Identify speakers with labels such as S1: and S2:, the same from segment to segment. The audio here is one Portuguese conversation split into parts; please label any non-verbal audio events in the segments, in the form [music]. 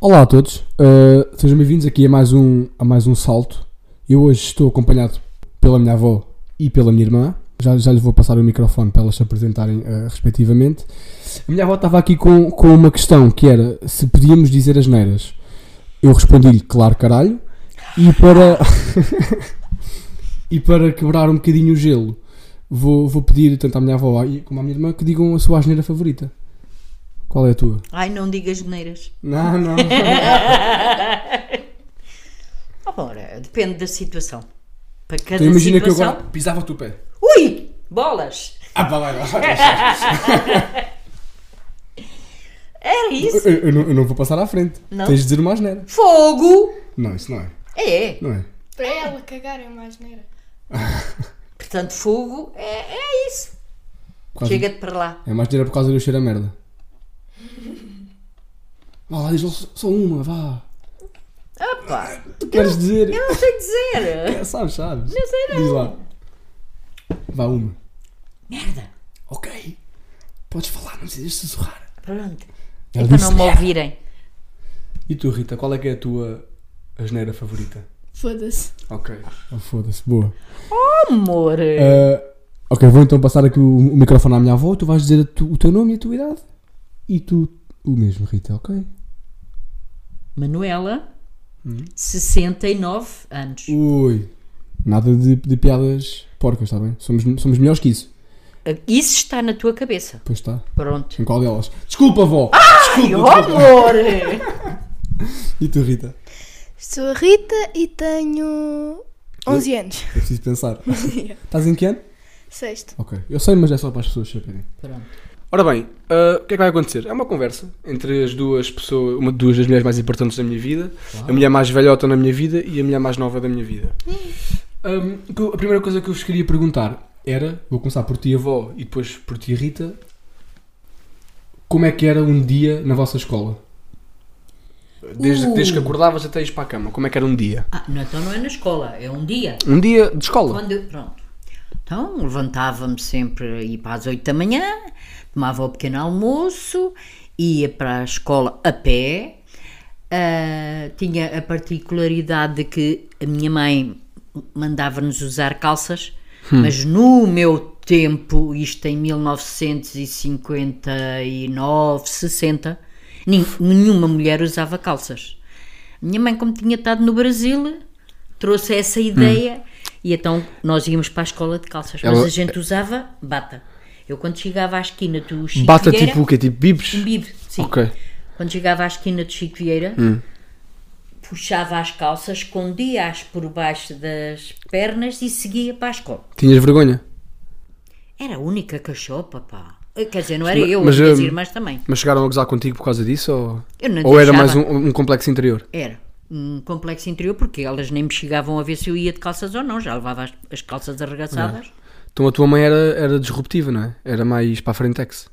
S1: Olá a todos, eh, sejam bem-vindos aqui a mais, um, a mais um salto. Eu hoje estou acompanhado pela minha avó e pela minha irmã. Já, já lhes vou passar o microfone para elas se apresentarem eh, respectivamente. A minha avó estava aqui com, com uma questão que era se podíamos dizer as neiras. Eu respondi-lhe, claro, caralho. E para. [laughs] e para quebrar um bocadinho o gelo, vou, vou pedir tanto à minha avó e como à minha irmã que digam a sua asneira favorita. Qual é a tua?
S2: Ai, não digas neiras.
S1: Não, não.
S2: [laughs] Agora, depende da situação. Para cada
S1: Então imagina que eu
S2: situação.
S1: agora pisava o teu pé.
S2: Ui! Bolas!
S1: Ah, pá, vai, vai,
S2: [laughs]
S1: vai.
S2: Era É isso?
S1: Eu, eu não, eu não vou passar à frente.
S2: Não?
S1: Tens de dizer uma asneira.
S2: Fogo!
S1: Não, isso não é.
S2: É, é.
S1: Não é.
S3: Para
S4: Ah.
S3: ela cagar é uma asneira.
S2: Portanto, fogo é, é isso.
S1: Quase-
S2: Chega-te para lá.
S1: É mais asneira por causa do cheiro a merda. Vá lá, diz lá só- só uma, vá.
S2: Ah pá,
S1: Tu queres dizer?
S2: eu não sei dizer.
S1: É, sabes, sabes.
S2: Não sei não.
S1: Diz lá. Vá uma.
S2: Merda.
S1: Ok. Podes falar, não precisas sussurrar.
S2: Pronto.
S1: Ela
S2: é para
S1: disse
S2: não me
S1: merda.
S2: ouvirem.
S5: E tu, Rita, qual é que é a tua asneira favorita?
S3: Foda-se.
S5: Ok.
S1: Oh, Foda-se, boa.
S2: Amor.
S5: É.
S1: Ah, ok, vou então passar aqui o, o microfone à minha avó. Tu vais dizer a tu- o teu nome e a tua idade. E tu o mesmo, Rita, ok?
S2: Manuela, 69 anos.
S1: Ui. Nada de, de piadas porcas, está bem? Somos, somos melhores que isso.
S2: Isso está na tua cabeça.
S1: Pois está.
S2: Pronto.
S1: Em qual delas? Desculpa, avó!
S2: Ai, oh, amor!
S1: E tu, Rita?
S3: Sou a Rita e tenho 11 anos.
S1: Eu É preciso pensar. Estás em que ano?
S3: Sexto.
S1: Ok. Eu sei, mas é só para as pessoas saberem.
S2: Pronto.
S5: Ora bem, ah, o que é que vai acontecer? É uma conversa entre as duas pessoas, uma duas das mulheres mais importantes da minha vida, a mulher mais velhota na minha vida e a mulher mais nova da minha vida. Ahm, que eu- a primeira coisa que eu vos queria perguntar
S1: Era, vou começar por ti,
S5: e a
S1: avó.
S5: avó e depois por ti, Rita,
S1: Como é que era um dia na vossa escola?
S5: desde,
S2: Uh.
S5: desde que acordavas até ires para a cama, como é que era um dia?
S2: Ah, não, então não é na escola, é um dia.
S5: Um dia de escola.
S2: Quando eu- pronto. Então, levantava-me sempre aí para as 8 da manhã, tomava o pequeno almoço, ia para a escola a pé. Ah, tinha a particularidade de que a minha mãe mandava-nos usar calças, mas no meu tempo, isto em 1959, 60, nin- nenhuma mulher usava calças. Minha mãe, como tinha estado no Brasil, trouxe essa ideia
S5: Hum.
S2: e então nós íamos para a escola de calças. Mas
S5: Ela-
S2: a gente usava bata. Eu quando chegava à esquina do Chico
S5: Bata
S2: Vieira-
S5: tipo o quê? Tipo
S2: Um
S5: bibes?
S2: bibe, sim.
S5: Ok. Hum.
S2: Quando chegava à esquina do Chico Vieira, puxava as calças, escondia-as por baixo das pernas e seguia para a escola.
S5: Tinhas vergonha?
S2: Era a única cachopa, pá. Eh, Quer dizer, não era eu,
S5: mas,
S2: as minhas
S5: hum,
S2: irmãs também.
S5: Mas chegaram a gozar contigo por causa disso ou,
S2: Eu não
S5: ou era
S2: deixava.
S5: mais um, um complexo interior?
S2: Era um complexo interior, porque elas nem me chegavam a ver se eu ia de calças ou não, já levava as, as calças arregaçadas.
S5: Então a tua mãe era, era disruptiva, não é? Era mais para a frentex.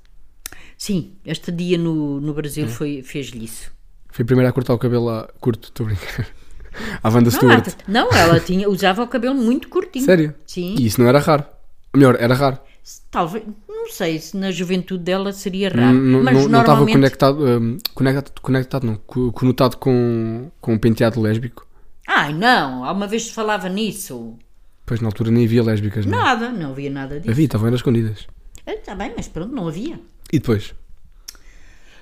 S2: Sim, este dia no, no
S5: Hum.
S2: Brasil foi- fez-lhe isso.
S5: Foi a primeira a cortar o cabelo lá curto, [laughs] estou a brincar. À Wanda
S2: Não, assim-
S5: Stewart.
S2: Marta, não, ela tinha, usava o cabelo muito curtinho.
S5: Sério?
S2: Sim.
S5: E isso não era raro. Ou melhor, era raro.
S2: Talvez, não sei se na juventude dela seria raro,
S5: Não-
S2: mas
S5: não não estava
S2: normalmente.
S5: conectado, hum, conectado, conectado não, co- conotado com, com um penteado lésbico.
S2: Ai não, alguma vez se falava
S5: Hum.
S2: nisso.
S5: Pois na altura nem havia lésbicas, não é?
S2: Nada, não havia nada disso.
S5: Havia, estavam ainda escondidas.
S2: Está bem, mas pronto, não havia.
S5: E depois?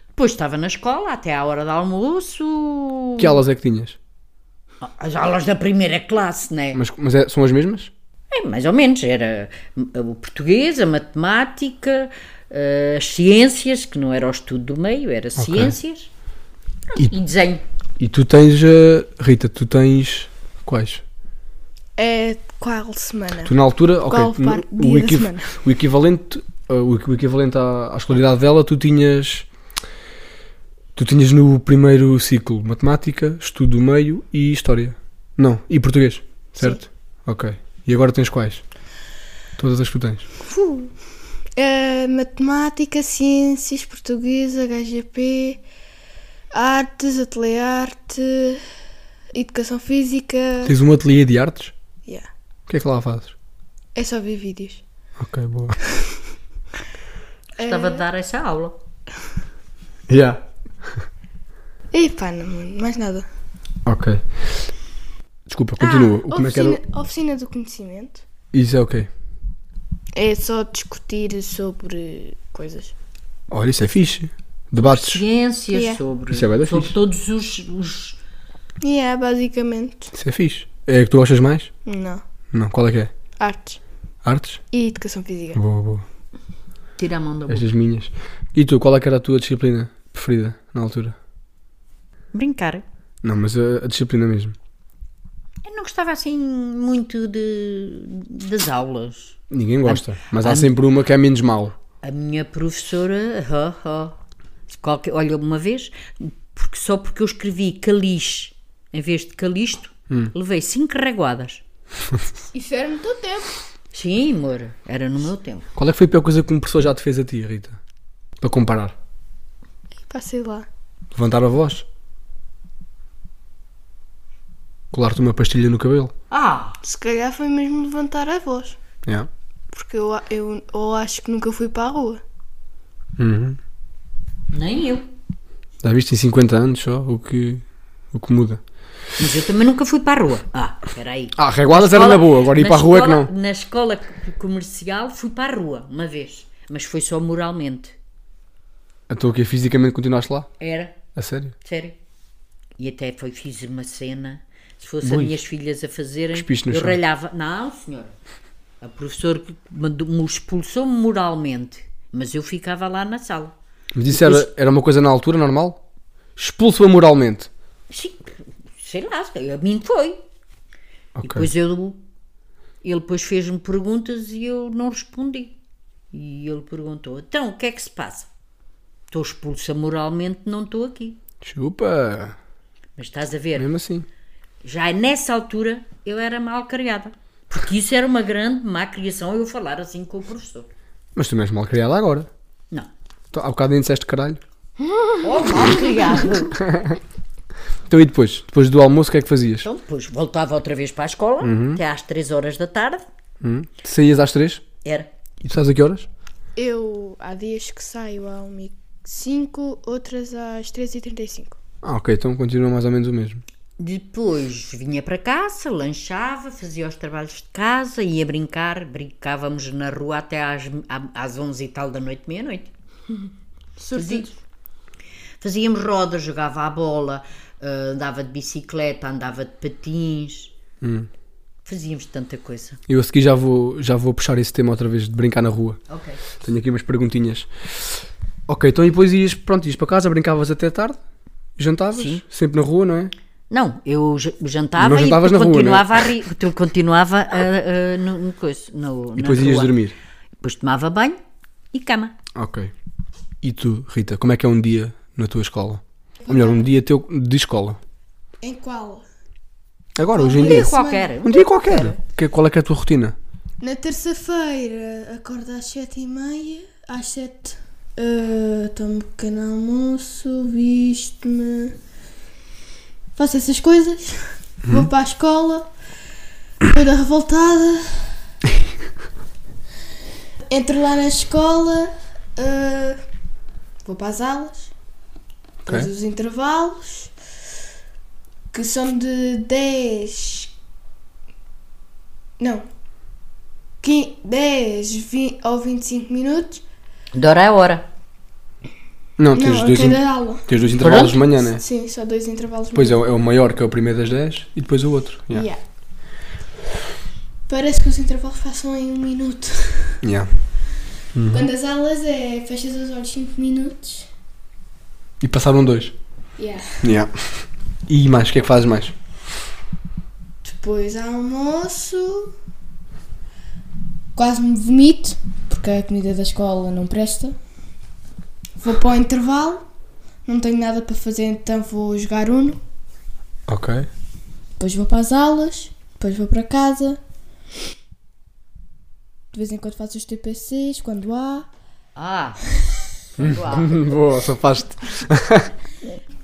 S2: Depois estava na escola até à hora do almoço.
S5: Que aulas é que tinhas?
S2: As aulas da primeira classe, né?
S5: Mas, mas é- são as mesmas?
S2: É, mais ou menos, era o português, a matemática, eh, as ciências, que não era o estudo do meio, era ciências. E, desenho.
S5: E tu tens, eh, Rita, tu tens quais?
S3: É qual semana?
S5: Tu na altura, ok,
S3: Qual
S5: tu-
S3: parte-
S5: o,
S3: dia da
S5: equiv-
S3: semana?
S5: o equivalente, uh, o, equi- o equivalente à, à escolaridade dela, tu tinhas, tu tinhas no primeiro ciclo matemática, estudo do meio e história, não, e português, certo? Ok. E agora tens quais? Todas as que tu tens.
S3: Fu. É, matemática, ciências, português, HGP, artes, ateliarte, educação física.
S5: Tens um ateliê de artes?
S3: Yeah.
S5: O que é que lá fazes?
S3: É só ver vídeos.
S5: Ok, boa.
S2: Estava a dar essa aula.
S5: Yeah.
S4: Epá, não, mano, mais nada.
S5: Ok. Desculpa, continua.
S4: Ah,
S5: O- como é que
S4: oficina,
S5: era? o-
S4: oficina do conhecimento.
S5: Isso é ok.
S4: É só discutir sobre coisas.
S5: Olha, isso é fixe. Debates.
S2: Ciência
S4: Yeah.
S2: sobre,
S5: Isso é bué da
S2: sobre
S5: fixe.
S2: todos os, os-
S4: E é, basicamente.
S5: Isso é fixe. É a que tu gostas mais?
S4: Não.
S5: Não, qual é que é?
S4: Artes.
S5: Artes?
S4: E educação física.
S5: Boa, boa.
S2: Tira a mão da boca.
S5: Estas minhas. E tu, qual é que era a tua disciplina preferida na altura?
S2: Brincar.
S5: Não, mas a, a disciplina mesmo.
S2: Eu não gostava assim muito de, das aulas.
S5: Ninguém gosta. Mas há
S2: ah,
S5: sempre uma que é menos mal.
S2: A minha professora, [laughs] ó, ó, qualquer, olha, uma vez, porque, só porque eu escrevi caliche em vez de calisto,
S5: Hum.
S2: levei cinco reguadas.
S4: Isso era no teu tempo.
S2: Sim, amor, era no meu tempo.
S5: Qual é que foi a pior coisa que um professor já te fez a ti, Rita? Para comparar.
S4: Epá, sei lá.
S5: Levantar a voz? Colar-te uma pastilha no cabelo?
S2: Ah!
S4: Se calhar foi mesmo levantar a voz.
S5: Yeah.
S4: Porque eu, a- eu, eu acho que nunca fui para a rua.
S5: Uhum.
S2: Nem eu.
S5: Já viste em 50 anos só o que, o que muda.
S2: Mas eu também nunca fui para a rua. Ah, espera aí.
S5: Ah, reguadas era na
S2: escola-
S5: boa, agora ir para a rua é que
S2: escola-
S5: não.
S2: Na escola c- comercial fui para a rua uma vez, mas foi só moralmente.
S5: Então o que fisicamente continuaste lá?
S2: Era,
S5: A sério?
S2: sério. E até foi, fiz uma cena. Se fosse
S5: Ui.
S2: as minhas filhas a fazerem,
S5: Cuspiste no
S2: eu
S5: chão.
S2: ralhava. Não, senhor. A professora que mandou- me expulsou-me moralmente, mas eu ficava lá na sala.
S5: Mas isso era, era uma coisa na altura normal? Expulso-a moralmente.
S2: Sim, sei lá, a mim foi. E
S5: Ok.
S2: depois eu, ele depois fez-me perguntas e eu não respondi. E ele perguntou: então o que é que se passa? Estou expulsa moralmente, não estou aqui.
S5: Chupa!
S2: Mas estás a ver,
S5: Mesmo assim.
S2: já nessa altura eu era mal criada. Porque isso era uma grande má criação eu falar assim com o professor.
S5: Mas tu mesmo mal criada agora.
S2: Não.
S5: Então, há bocado nem disseste caralho.
S2: Oh, mal criado! [laughs]
S5: Então e depois? Depois do almoço o que é que fazias?
S2: Então depois voltava outra vez para a escola,
S5: Uhum.
S2: até às 3 horas da tarde.
S5: Hum? Saías às três?
S2: Era.
S5: E tu sabes a que horas?
S4: Eu há dias que saio à 1h05, outras às 3h35.
S5: Ah, ok, então continua mais ou menos o mesmo.
S2: Depois vinha para casa, lanchava, fazia os trabalhos de casa, ia brincar, brincávamos na rua até às, à- às 11 e tal da noite, meia-noite. Fazia- Fazíamos rodas, jogava à bola, ah, andava de bicicleta, andava de patins.
S5: Hum.
S2: Fazíamos tanta coisa.
S5: Eu a seguir já vou, já vou puxar esse tema outra vez de brincar na rua.
S2: Ok.
S5: Tenho aqui umas perguntinhas. Ok, então e depois ias, pronto, ias para casa, brincavas até tarde, jantavas, sempre na rua, não é?
S2: Não, eu ja- jantava
S5: Não é?
S2: e
S5: jantavas na rua,
S2: continuava, a rir, tu continuava ah, ah, no, no coiso, no-
S5: E depois
S2: na
S5: ias
S2: rua.
S5: dormir.
S2: Depois tomava banho e cama.
S5: Ok. E tu, Rita, como é que é um dia na tua escola? Ou melhor, um dia teu de escola.
S4: Em qual?
S5: Agora, hoje em
S2: Um
S5: dia.
S2: dia qualquer.
S5: Um dia qualquer. Que- qual é que é a tua rotina?
S4: Na terça-feira acordo às 7h30, às 7 tomo um pequeno almoço, visto-me, faço essas coisas, vou para a escola, toda revoltada, entro lá na escola, ah, vou para as aulas, depois
S5: Ok.
S4: os intervalos, que são de 10. Não, 15, 10 20, ou 25 minutos.
S2: De hora a hora.
S5: Não,
S4: Não,
S5: tens,
S4: a
S5: dois,
S4: cada
S5: in-
S4: aula.
S5: tens dois intervalos de manhã, né?
S4: Sim, só dois intervalos.
S5: Depois é, o- é o maior, que é o primeiro das 10, e depois o outro. Yeah.
S4: Yeah. Parece que os intervalos passam em um minuto.
S5: Yeah. Uhum.
S4: Quando as aulas é fechas os olhos 5 minutos.
S5: E passaram dois.
S4: Yeah.
S5: Yeah. E mais, o que é que fazes mais?
S4: Depois há almoço. Quase me vomito, porque a comida da escola não presta. Vou para o intervalo. Não tenho nada para fazer, então vou jogar Uno.
S5: Ok.
S4: Depois vou para as aulas, depois vou para casa. De vez em quando faço os TPCs, quando há.
S2: Ah!
S5: [laughs] Boa, só fazes-te.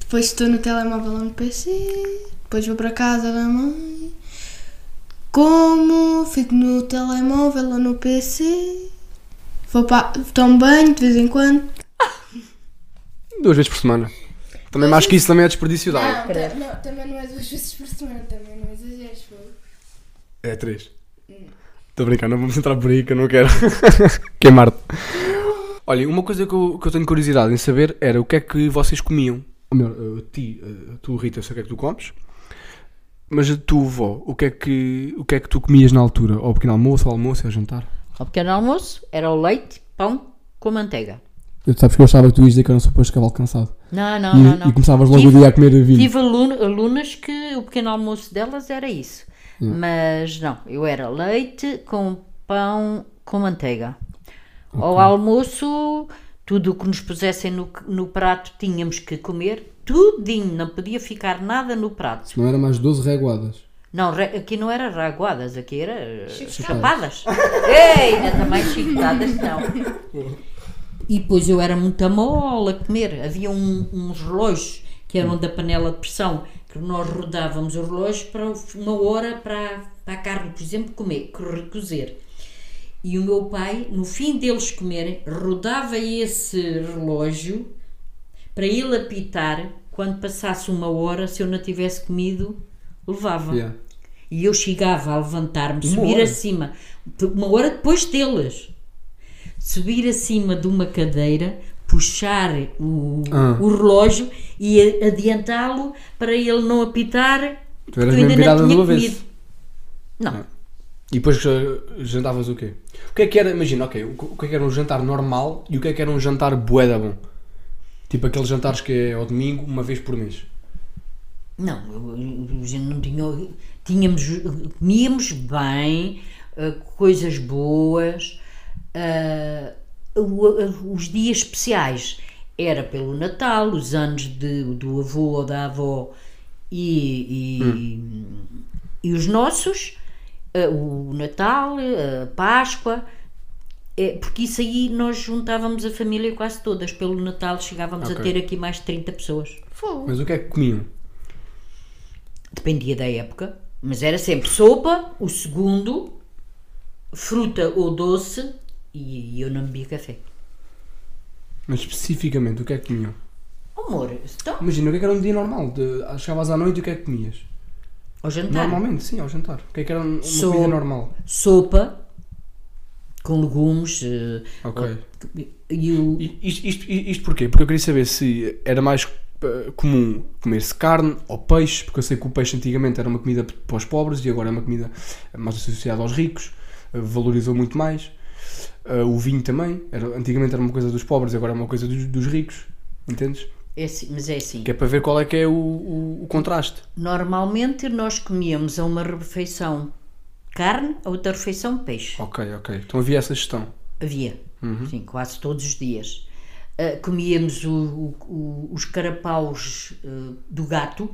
S4: Depois estou no telemóvel ou no PC. Depois vou para casa da mãe. Como? Fico no telemóvel ou no PC. Vou para. Tomo banho de vez em quando.
S5: Duas vezes por semana. Também acho que isso também é desperdício de água.
S3: Não, ta- não, também não é duas vezes por semana, também não exageres, foi.
S5: É três. Estou a brincar, não vamos entrar por aí que eu não quero [laughs] queimar-te. Olha, uma coisa que eu, que eu tenho curiosidade em saber era o que é que vocês comiam. Ou melhor, eh, ti, eh, tu Rita, eu sei o que é que tu comes. Mas a tua avó, o que é que, o que, é que tu comias na altura? Ao pequeno almoço, ao almoço, ao jantar?
S2: Ao pequeno almoço era o leite, pão com manteiga.
S1: Eu, sabes que eu achava que tu ias dizer que eu não sou depois de cavalo cansado.
S2: Não, não,
S1: e,
S2: não, não.
S1: e começavas logo o dia a comer vinho.
S2: Tive aluno- alunas que o pequeno almoço delas era isso.
S1: Hum.
S2: Mas não, eu era leite com pão com manteiga. Ao almoço, tudo o que nos pusessem no, no prato tínhamos que comer, tudinho, não podia ficar nada no prato.
S1: Não era mais 12 reguadas.
S2: Não, re- aqui não era raguadas, aqui era eh,
S1: Chicotadas.
S2: chapadas. [laughs] Ei, ainda também chicotadas não. E depois eu era muita mola a comer. Havia um- uns relógios que eram da panela de pressão, que nós rodávamos o relógio para o- uma hora para, para a carne, por exemplo, comer, co- cozer. E o meu pai, no fim deles comerem, rodava esse relógio para ele apitar quando passasse uma hora, se eu não tivesse comido, levava.
S1: Yeah.
S2: E eu chegava a levantar-me, subir
S1: hora?
S2: acima, de- uma hora depois deles, subir acima de uma cadeira, puxar o,
S1: Ah.
S2: o relógio e a- adiantá-lo para ele não apitar. porque
S5: eras mesmo virada do avesso.
S2: Não,
S5: E depois eh, jantavas o quê? O que é que era, imagina, ok, o que- o que é que era um jantar normal e o que é que era um jantar bué da bom? Tipo aqueles jantares que é ao domingo, uma vez por mês.
S2: Não, a gente não tinha. Tínhamos, comíamos bem, eh, coisas boas. eh, o- Os dias especiais era pelo Natal, os anos de- do avô ou da avó e, e- e os nossos, eh, o Natal, eh, a Páscoa. É, porque isso aí nós juntávamos a família quase todas. Pelo Natal chegávamos a
S5: Ok.
S2: ter aqui mais de 30 pessoas.
S3: Fogo.
S5: Mas o que é que comiam?
S2: dependia da época, mas era sempre sopa, o segundo, fruta ou doce, e eu não bebia café.
S5: Mas especificamente, o que é que comiam?
S2: Amor, então,
S5: Imagina, o que é que era um dia normal? De, chegavas à noite e o que é que comias?
S2: ao jantar,
S5: Normalmente, sim, ao jantar. O que é que era um- uma
S2: Sou-
S5: comida normal?
S2: sopa com legumes eh,
S5: Ok.
S2: e o.
S5: E Isto, isto, isto porquê? Porque eu queria saber se era mais eh, comum comer-se carne ou peixe, porque eu sei que o peixe antigamente era uma comida para os pobres e agora é uma comida mais associada aos ricos, eh, valorizou muito mais. Eh, o vinho também, era, antigamente era uma coisa dos pobres, agora é uma coisa dos, dos ricos, entendes?
S2: é assim- mas é assim.
S5: Que é para ver qual é que é o, o- o contraste.
S2: Normalmente nós comíamos a uma refeição carne, a outra refeição peixe.
S5: Ok, ok. Então havia essa gestão.
S2: Havia, sim, quase todos os dias. Ah, comíamos o- o- o- os carapaus ah, do gato,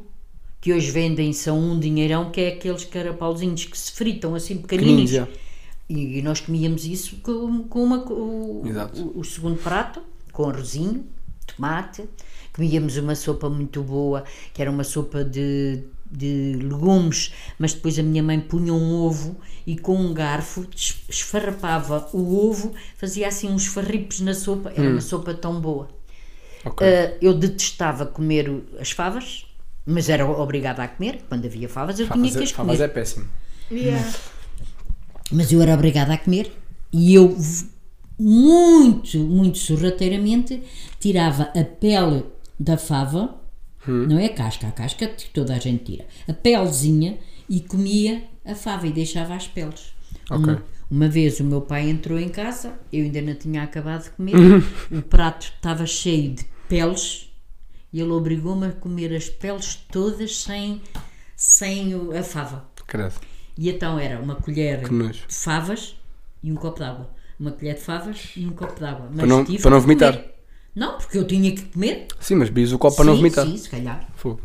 S2: que hoje vendem-se a um dinheirão, que é aqueles carapauzinhos que se fritam assim pequenininhos.
S5: Pequeninos,
S2: E, nós comíamos isso com, com uma, co- o,
S5: Exato.
S2: o- o segundo prato, com arrozinho, tomate. Comíamos uma sopa muito boa, que era uma sopa de, de legumes, mas depois a minha mãe punha um ovo e com um garfo es- esfarrapava o ovo, fazia assim uns farripos na sopa. Era uma sopa tão boa.
S5: Hum. Ok.
S2: Ah, eu detestava comer o- as favas, mas era obrigada a comer. Quando havia favas, eu tinha
S5: Favas
S2: que
S5: é-
S2: as
S5: favas
S2: comer.
S5: é péssimo.
S3: Yeah.
S2: Mas eu era obrigada a comer e eu v- muito, muito sorrateiramente tirava a pele da fava, não é a casca, a casca t- toda a gente tira, a pelezinha e comia a fava e deixava as peles.
S5: Ok.
S2: Um- uma vez o meu pai entrou em casa, eu ainda não tinha acabado de comer, o prato estava cheio de peles e ele obrigou-me a comer as peles todas sem, sem o- a fava.
S5: Credo.
S2: E então era uma colher
S5: Que nojo.
S2: de favas e um copo de água. Uma colher de favas e um copo de água. Mas
S5: não-
S2: tive
S5: para não
S2: que comer.
S5: vomitar.
S2: Não, porque eu tinha que comer.
S5: Sim, mas bis o copo para não
S2: Sim,
S5: vomitar.
S2: Sim, se calhar.
S5: Fogo.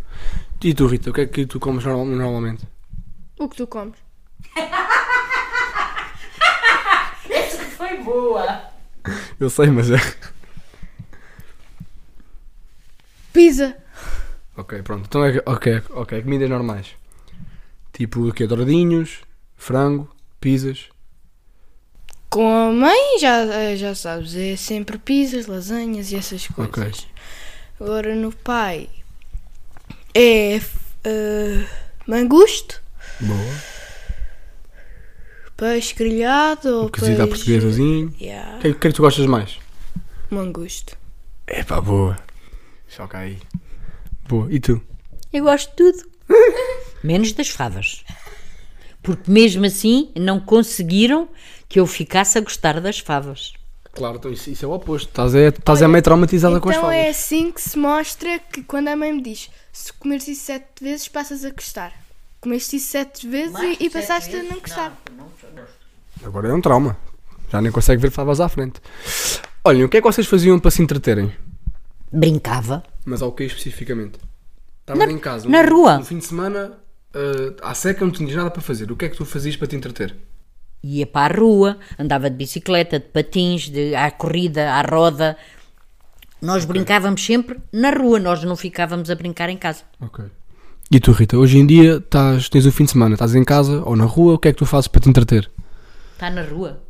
S5: E tu, Rita, o que é que tu comes normal- normalmente?
S3: O que tu comes?
S2: Foi boa.
S5: Eu sei, mas é.
S3: Pizza.
S5: [laughs] Ok, pronto. Então é. Ok, ok. Comidas normais. Tipo o quê? Douradinhos, frango, pizzas.
S3: Com a mãe, já, eh, já sabes, é sempre pizzas, lasanhas e essas coisas.
S5: Ok.
S3: Agora no pai,
S4: É eh, mangusto,
S5: Boa.
S4: peixe grelhado ou
S5: Cozida à
S4: peixe...
S5: portuguesazinho.
S4: Yeah,
S5: O que, é- o que é que tu gostas mais?
S4: Mangusto.
S5: É pá, boa. Choca aí. Boa. E tu?
S2: Eu gosto de tudo. [laughs] Menos das favas. Porque mesmo assim não conseguiram que eu ficasse a gostar das favas.
S5: Claro, então isso, isso é o oposto. Estás é, estás é meio traumatizada com as
S4: Então
S5: falas.
S4: é assim que se mostra que quando a mãe me diz se comeres isso sete vezes passas a gostar. Comeste isso sete vezes e, e passaste a não gostar.
S5: Agora é um trauma. Já nem consegue ver favas à frente. Olhem, o que é que vocês faziam para se entreterem?
S2: Brincava.
S5: Mas ao que é especificamente? Estavas em casa.
S2: na rua.
S5: No fim de semana, ah, à seca não tinhas nada para fazer. O que é que tu fazias para te entreter?
S2: Ia para a rua, andava de bicicleta, de patins, de, à corrida, à roda. Nós brincávamos sempre na rua, nós não ficávamos a brincar em casa.
S5: Ok. E tu, Rita, hoje em dia estás, tens o fim de semana, estás em casa ou na rua, o que é que tu fazes para te entreter?
S2: Está na rua.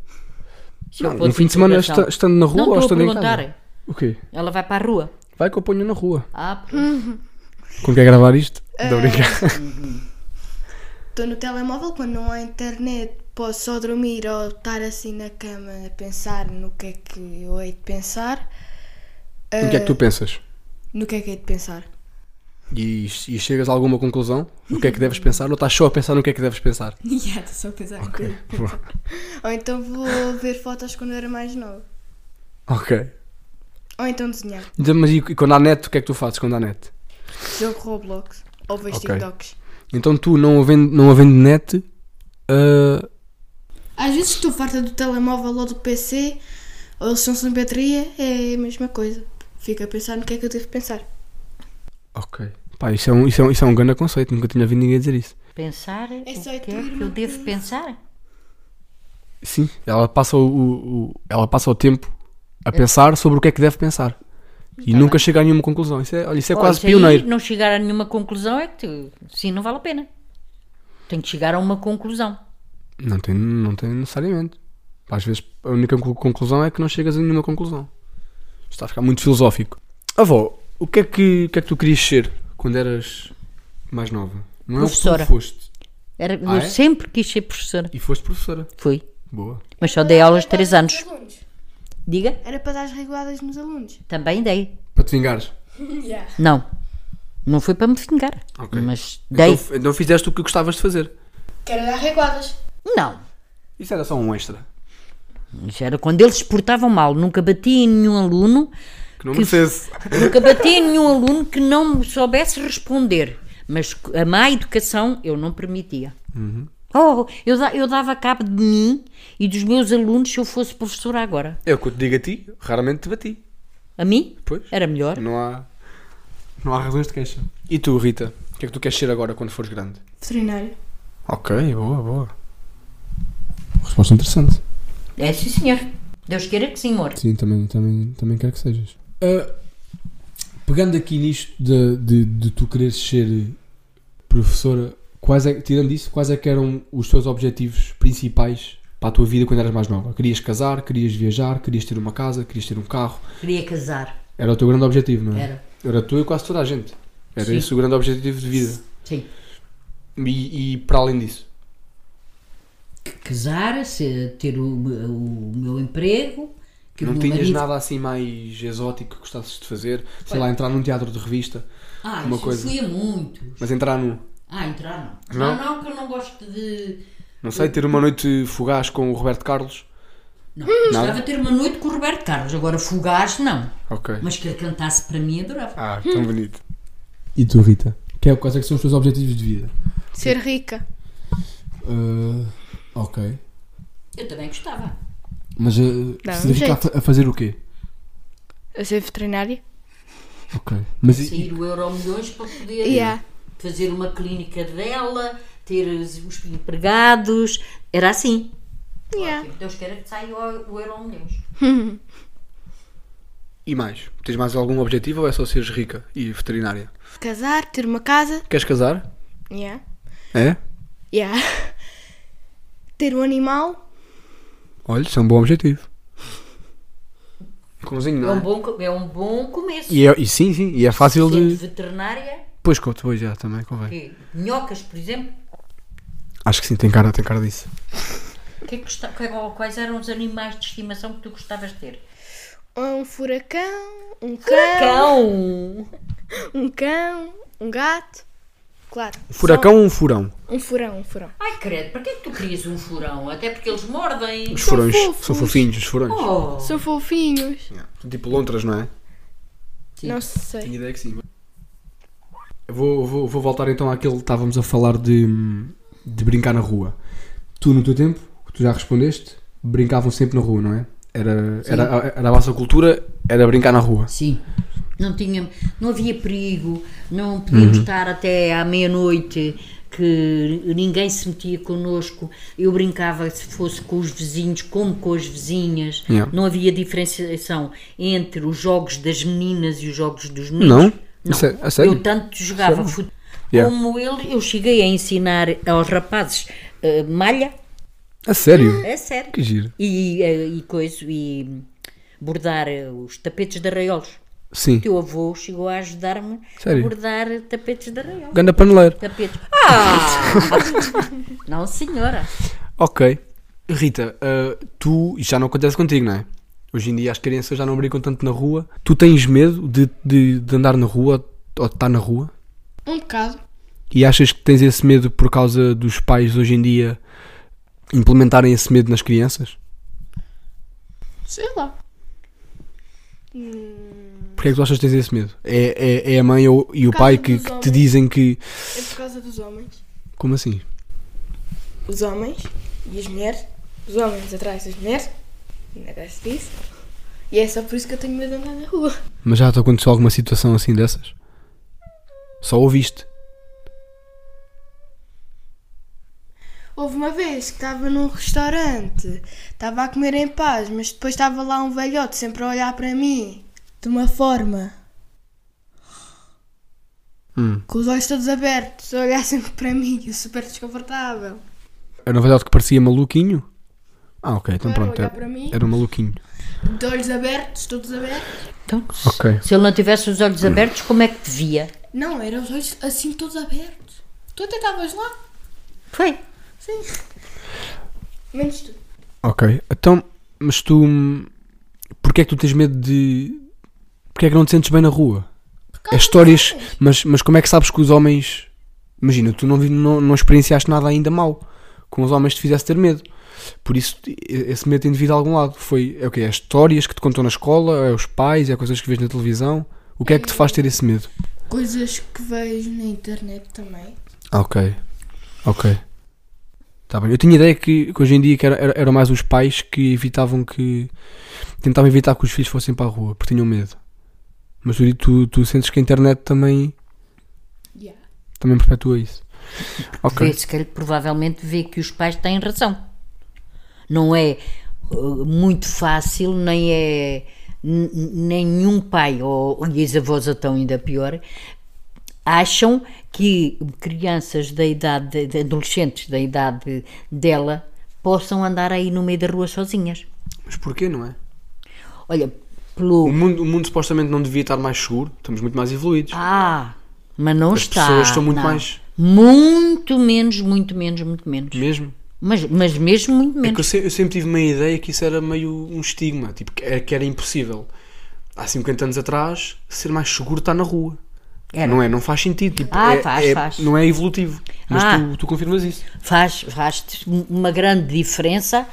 S2: Isso é um
S5: Não,
S2: ponto
S5: no fim de semana
S2: interrogação.
S5: esta- estando na rua
S2: Não,
S5: ou
S2: estou a
S5: estando em
S2: perguntar.
S5: casa? O quê?
S2: Ela vai para a rua.
S5: Vai que eu ponho na rua.
S2: Ah,
S5: Como quer gravar isto?
S2: Eh,
S5: Estou a brincar.
S4: Estou no telemóvel quando não há internet, posso só dormir ou estar assim na cama a pensar no que é que eu hei de pensar.
S5: [laughs] O que é que tu pensas?
S4: No que é que hei de [laughs] pensar?
S5: E, e chegas a alguma conclusão? O que é que deves pensar? Ou estás só a pensar no que é que deves pensar?
S3: Yeah, estou só a pensar.
S5: Ok. boa.
S4: Ou então vou [laughs] ver fotos quando era mais nova.
S5: ok.
S4: Ou então desenhar.
S5: Então, mas e, e quando há net, o que é que tu fazes quando há net?
S4: Jogo Roblox. Ou vejo
S5: Ok.
S4: TikToks.
S5: Então tu, não havendo, não havendo net, ah,
S4: Às vezes estou farta do telemóvel ou do PC, ou se não são bateria, é a mesma coisa. Fico a pensar no que é que eu devo pensar.
S5: ok. Pá, isso é, um, isso, é um, isso é um grande conceito, nunca tinha ouvido ninguém dizer isso.
S2: pensar
S4: só
S2: o
S4: ir
S2: que é que
S4: dormir,
S2: eu devo pensar.
S5: Sim, ela passa o, o- o- ela passa o tempo a pensar sobre o que é que deve pensar. E nunca chega a nenhuma conclusão. Isso é, olha, isso é
S2: Olha,
S5: quase
S2: se aí
S5: pioneiro.
S2: não chegar a nenhuma conclusão é que tu- sim, não vale a pena. Tem que chegar a uma conclusão.
S5: Não tem, não tem necessariamente. Pá, Às vezes a única conclu- conclusão é que não chegas a nenhuma conclusão. Isto Está a ficar muito filosófico. Avó, o que é que, o que, é que tu querias ser quando eras mais nova? Não é o que tu
S2: Professora.
S5: foste.
S2: Era-
S5: Ah,
S2: eu
S5: é?
S2: sempre quis ser professora.
S5: E foste professora.
S2: Fui.
S5: Boa.
S2: Mas só dei aulas 3 anos. Diga?
S4: Era para dar as reguadas nos alunos.
S2: Também dei.
S5: Para te vingares.
S2: Não. Não foi para me fingar.
S5: Ok.
S2: Mas dei.
S5: Então, f- então fizeste o que gostavas de fazer.
S3: Quero dar reguadas.
S2: Não.
S5: Isso era só um extra.
S2: Isso era quando eles se portavam mal. Nunca bati em nenhum aluno.
S5: Que não
S2: Que-
S5: merecesse.
S2: Nunca bati em nenhum aluno que não me soubesse responder. Mas a má educação eu não permitia. Oh, eu, da- eu dava cabo de mim e dos meus alunos se eu fosse professora agora.
S5: É o que eu te digo a ti, raramente te bati.
S2: A mim?
S5: Pois.
S2: Era melhor.
S5: Não há, não há razões de queixa. E tu, Rita? O que é que tu queres ser agora quando fores grande?
S4: Veterinário.
S5: Ok, boa, boa.
S1: Resposta interessante.
S2: É sim, senhor. Deus queira que sim, amor.
S1: Sim, também, também, também quero que sejas. Ah, pegando aqui nisto de, de, de tu quereres ser professora, quais é, tirando isso, quais é que eram os teus objetivos principais para a tua vida quando eras mais nova? Querias casar, querias viajar, querias ter uma casa, querias ter um carro?
S2: Queria casar.
S1: Era o teu grande objetivo, não é?
S2: Era.
S1: Era tu e quase toda a gente. Era
S2: Sim.
S1: esse o grande objetivo de vida.
S2: Sim.
S5: E, e para além disso?
S2: Casar, se- ter o, o meu emprego. Que o
S5: não
S2: meu
S5: tinhas
S2: marido-
S5: nada assim mais exótico que gostasses de fazer? Sei lá, entrar num teatro de revista,
S2: Ah,
S5: uma
S2: isso
S5: coisa.
S2: fui a muito.
S5: mas entrar num...
S2: Ah, entrar não.
S5: Não?
S2: Não, não, que eu não gosto de.
S5: Não sei, ter uma noite fugaz com o Roberto Carlos?
S2: Não,
S5: Nada?
S2: gostava de ter uma noite com o Roberto Carlos, agora fugaz não.
S5: Ok.
S2: Mas que ele cantasse para mim adorava.
S5: Ah, tão bonito.
S1: E tu, Rita? Que é, quais é que são os teus objetivos de vida?
S4: Ser rica.
S5: Uh,
S1: Ah, ok.
S2: Eu também gostava.
S1: Mas ah,
S5: uh,
S1: se dedicar a
S5: tá
S4: jeito.
S1: fa- a fazer o quê?
S4: A ser veterinária?
S1: Ok. Mas e-
S2: Sair o Euro milhões para poder
S4: Yeah.
S2: fazer uma clínica dela, ter os os empregados. Era assim.
S4: Yeah.
S2: Ótimo. Deus queira que saia o o Euro milhões.
S5: E mais? Tens mais algum objetivo ou é só seres rica e veterinária?
S4: Casar, ter uma casa.
S5: Queres casar?
S4: Yeah.
S5: É?
S4: Yeah. [laughs] Ter um animal.
S5: Olha, isso é um bom objetivo. Cãozinho
S2: É um bom, co- é um bom começo.
S5: E, é- e sim, sim, e é fácil
S2: Sendo
S5: de.
S2: veterinária,
S5: Pois Couto, pois já, também convém.
S2: Quê? Minhocas, por exemplo?
S5: Acho que sim, tem cara, tem cara disso.
S2: Que é que gosta- que- quais eram os animais de estimação que tu gostavas de ter?
S4: Um furacão, um cão,
S2: Cão!
S4: um cão, um gato. Claro.
S5: Furacão ou um furão?
S4: só Um furão, um furão.
S2: Ai, credo, para que é que tu querias um furão? Até porque eles mordem.
S5: Os
S4: São
S5: furões.
S4: fofos.
S5: São fofinhos, os furões.
S2: Oh!
S4: São fofinhos.
S5: São tipo lontras, não é?
S2: Sim.
S4: Não sei.
S5: Tenho ideia que sim. Vou, vou, vou voltar então àquele que estávamos a falar de, de brincar na rua. Tu, no teu tempo, tu já respondeste, brincavam sempre na rua, não é? Era, era, era a vossa cultura, era brincar na rua.
S2: Sim. Não, tinha, não havia perigo, não podíamos
S5: Uhum.
S2: estar até à meia-noite, que ninguém se metia connosco. Eu brincava se fosse com os vizinhos, como com as vizinhas.
S5: Yeah.
S2: Não havia diferenciação entre os jogos das meninas e os jogos dos meninos.
S5: Não? A sé- a sério? é
S2: Eu tanto jogava futebol
S5: Yeah.
S2: como ele, eu cheguei a ensinar aos rapazes eh, malha,
S5: A sério?
S2: é sério,
S5: Que giro.
S2: e, eh, e coisa, e bordar eh, os tapetes de arraiolos.
S5: Sim.
S2: O teu avô chegou a ajudar-me
S5: Sério?
S2: a bordar tapetes de arraial.
S5: Ganda paneleiro.
S2: Tapetes. Ah! [laughs] não, senhora.
S5: Ok. Rita, ah, tu, isto já não acontece contigo, não é? Hoje em dia as crianças já não brincam tanto na rua. Tu tens medo de, de, de andar na rua ou de estar na rua?
S3: Um bocado.
S5: E achas que tens esse medo por causa dos pais hoje em dia implementarem esse medo nas crianças?
S3: Sei lá.
S4: Hum,
S5: Porquê é que tu achas que tens esse medo? É, é, é a mãe ou, e o
S4: Por causa
S5: pai que,
S4: dos
S5: que te
S4: homens.
S5: dizem que.
S4: É por causa dos homens.
S5: Como assim?
S4: Os homens e as mulheres. Os homens atrás das mulheres. Não gosto disso. E é só por isso que eu tenho medo de andar na rua.
S5: Mas já te aconteceu alguma situação assim dessas? Só ouviste?
S4: Houve uma vez que estava num restaurante, estava a comer em paz, mas depois estava lá um velhote sempre a olhar para mim, de uma forma.
S5: Hum.
S4: Com os olhos todos abertos, a olhar [laughs] sempre para mim, super desconfortável.
S5: Era um velhote que parecia maluquinho? Ah, ok, então
S4: Era
S5: pronto.
S4: olhar
S5: Era,
S4: para mim,
S5: era um maluquinho.
S4: de olhos abertos, todos abertos.
S2: Então,
S5: Ok.
S2: se ele não tivesse os olhos abertos, como é que te via?
S4: Não, eram os olhos assim todos abertos.
S3: Tu até estavas lá?
S2: Foi.
S4: Menos tu.
S5: Ok. Então, mas tu. hum, Porquê é que tu tens medo de. Porquê é que não te sentes bem na rua? É histórias. Mas, mas como é que sabes que os homens. Imagina, tu não, vi- não, não experienciaste nada ainda mal. Com os homens te fizesse ter medo. Por isso, e- esse medo tem de vir de algum lado. Foi. É o quê? É histórias que te contam na escola? É os pais? É coisas que vês na televisão? O que é que te faz ter esse medo?
S4: Coisas que vejo na internet também.
S5: Ok. Ok. Tá bem. Eu tinha ideia que, que hoje em dia que era, era, eram mais os pais que evitavam que. tentavam evitar que os filhos fossem para a rua porque tinham medo. Mas tu, tu, tu sentes que a internet também.
S4: Yeah.
S5: também perpetua isso. Ok.
S2: Vê-se que ele provavelmente vê que os pais têm razão. Não é uh, muito fácil, nem é n- n- nenhum pai, ou, e as avós estão ainda pior, acham que crianças da idade, de- de adolescentes da idade dela, possam andar aí no meio da rua sozinhas.
S5: Mas porquê, não é?
S2: Olha, pelo.
S5: O mundo, o mundo supostamente não devia estar mais seguro, estamos muito mais evoluídos.
S2: Ah, mas não
S5: As
S2: está.
S5: pessoas estão muito
S2: não.
S5: mais-
S2: Muito menos, muito menos, muito menos.
S5: Mesmo?
S2: Mas, mas mesmo muito
S5: É que
S2: menos.
S5: eu, se- eu sempre tive uma ideia que isso era meio um estigma, tipo, que era, que era impossível. Há 50 anos atrás, ser mais seguro estar na rua.
S2: Era.
S5: Não é? Não faz sentido. tipo,
S2: Ah,
S5: é-
S2: faz,
S5: é-
S2: faz.
S5: Não é evolutivo. Mas
S2: Ah.
S5: tu, tu confirmas isso.
S2: faz, faz uma grande diferença.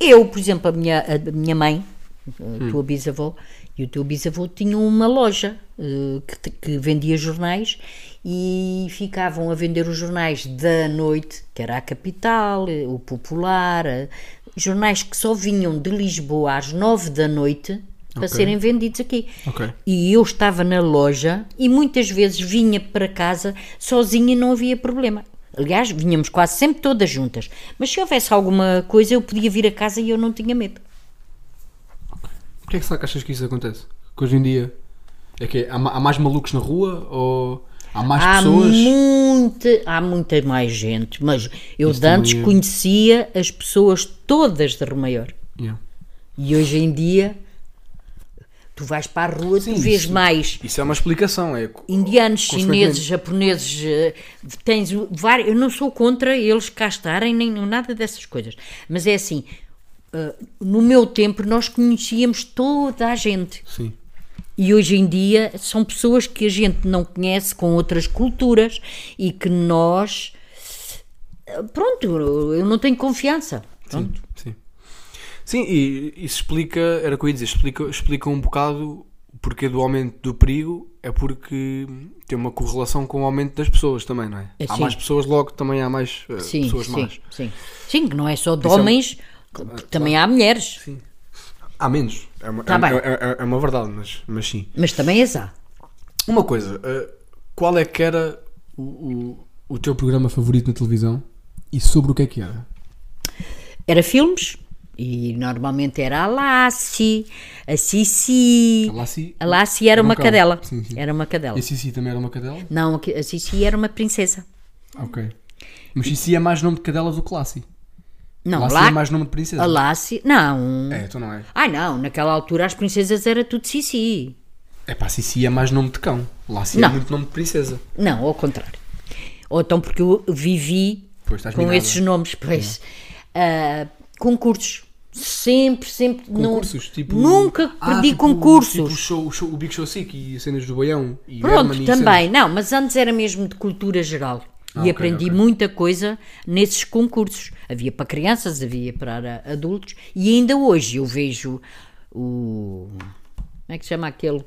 S2: Eu, por exemplo, a minha, a minha mãe, a tua bisavó e o teu bisavô tinham uma loja eh, que, te- que vendia jornais e ficavam a vender os jornais da noite, que era a capital, eh, o popular, eh, jornais que só vinham de Lisboa às nove da noite para
S5: Ok.
S2: serem vendidos aqui.
S5: Ok.
S2: E eu estava na loja e muitas vezes vinha para casa sozinha e não havia problema. Aliás, vinhamos quase sempre todas juntas. Mas se houvesse alguma coisa, eu podia vir a casa e eu não tinha medo.
S5: Porquê é que será que achas que isso acontece? Que hoje em dia é que há, ma- há mais malucos na rua ou há mais
S2: há,
S5: pessoas?
S2: muita, há muita mais gente, mas eu
S5: Isso
S2: de antes
S5: também é.
S2: conhecia as pessoas todas de Remaior.
S5: Yeah.
S2: E hoje em dia Tu vais para a rua,
S5: Sim,
S2: tu vês
S5: isso-
S2: mais
S5: Isso é uma explicação, é. co-
S2: indianos,
S5: consequentemente.
S2: chineses, japoneses, eh, tens o- vários. Eu não sou contra eles cá estarem, nem nada dessas coisas. Mas é assim, eh, no meu tempo nós conhecíamos toda a gente.
S5: Sim.
S2: E hoje em dia são pessoas que a gente não conhece com outras culturas e que nós. eh, Pronto, eu não tenho confiança.
S5: Sim, sim. Sim, e isso explica, era o que eu ia dizer, explica, explica um bocado o porquê do aumento do perigo, é porque tem uma correlação com o aumento das pessoas também, não é?
S2: É,
S5: há
S2: sim.
S5: mais pessoas, logo também há mais eh,
S2: Sim,
S5: pessoas
S2: sim,
S5: más.
S2: sim. Sim, que não é só de
S5: Isso é um-
S2: homens, que também há mulheres.
S5: Há menos, é uma,
S2: Tá
S5: é-
S2: bem.
S5: é- é- é uma verdade, mas, mas sim.
S2: Mas também é as há.
S5: Uma coisa, eh, qual é que era o, o- o teu
S1: O programa favorito na televisão e sobre o que é que era?
S2: Era filmes e normalmente era a Lassie, a Sissi.
S1: Lá sim.
S2: A Lassie era
S1: Era um
S2: uma
S1: cão.
S2: cadela.
S1: Sim, sim.
S2: Era Uhum. uma cadela.
S1: E a Cici também era uma cadela?
S2: Não, a Sissi era uma princesa.
S1: Ok. Mas Cici é mais nome de cadela do que Lassie.
S2: Não,
S1: Lassie
S2: lá-
S1: é mais nome de princesa.
S2: a Lassie. Não.
S1: É, então não é.
S2: Ai não, naquela altura as princesas era tudo Sissi.
S1: É pá, Cici é mais nome de cão. Lassie
S2: Não.
S1: é muito nome de princesa.
S2: Não, ao contrário. Ou então porque eu vivi
S1: Pois, estás
S2: com
S1: minada.
S2: esses nomes, pois. Ah, concursos. Sempre, sempre. não-
S5: concursos? Tipo,
S2: Nunca
S5: Ah,
S2: perdi
S5: tipo-
S2: concursos.
S5: Tipo o, show, o, show, o Big Show Sick e cenas do Baião. E Herman
S2: Pronto,
S5: e
S2: também. Não, mas antes era mesmo de cultura geral.
S5: Ah,
S2: e
S5: ok,
S2: aprendi
S5: ok.
S2: muita coisa nesses concursos. Havia para crianças, havia para adultos. E ainda hoje eu vejo o. Como é que se chama aquele?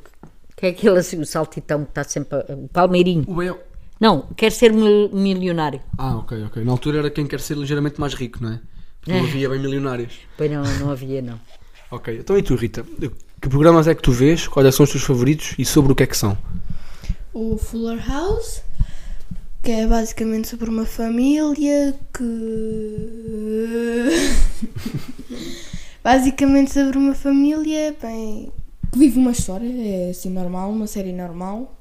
S2: Que é aquele assim, o saltitão que está sempre. a- O Palmeirinho.
S5: O Baião.
S2: Não, quer ser mil- milionário.
S5: Ah, ok, ok. Na altura era quem quer ser ligeiramente mais rico, não é? Porque não havia bem milionários.
S2: Pois não, não havia, não.
S5: Ok, então e tu, Rita? Que programas é que tu vês? Quais são os teus favoritos e sobre o que é que são?
S4: o Fuller House, que é basicamente sobre uma família que. [laughs] basicamente sobre uma família, bem.
S3: Que vive uma história, é assim normal, uma série normal.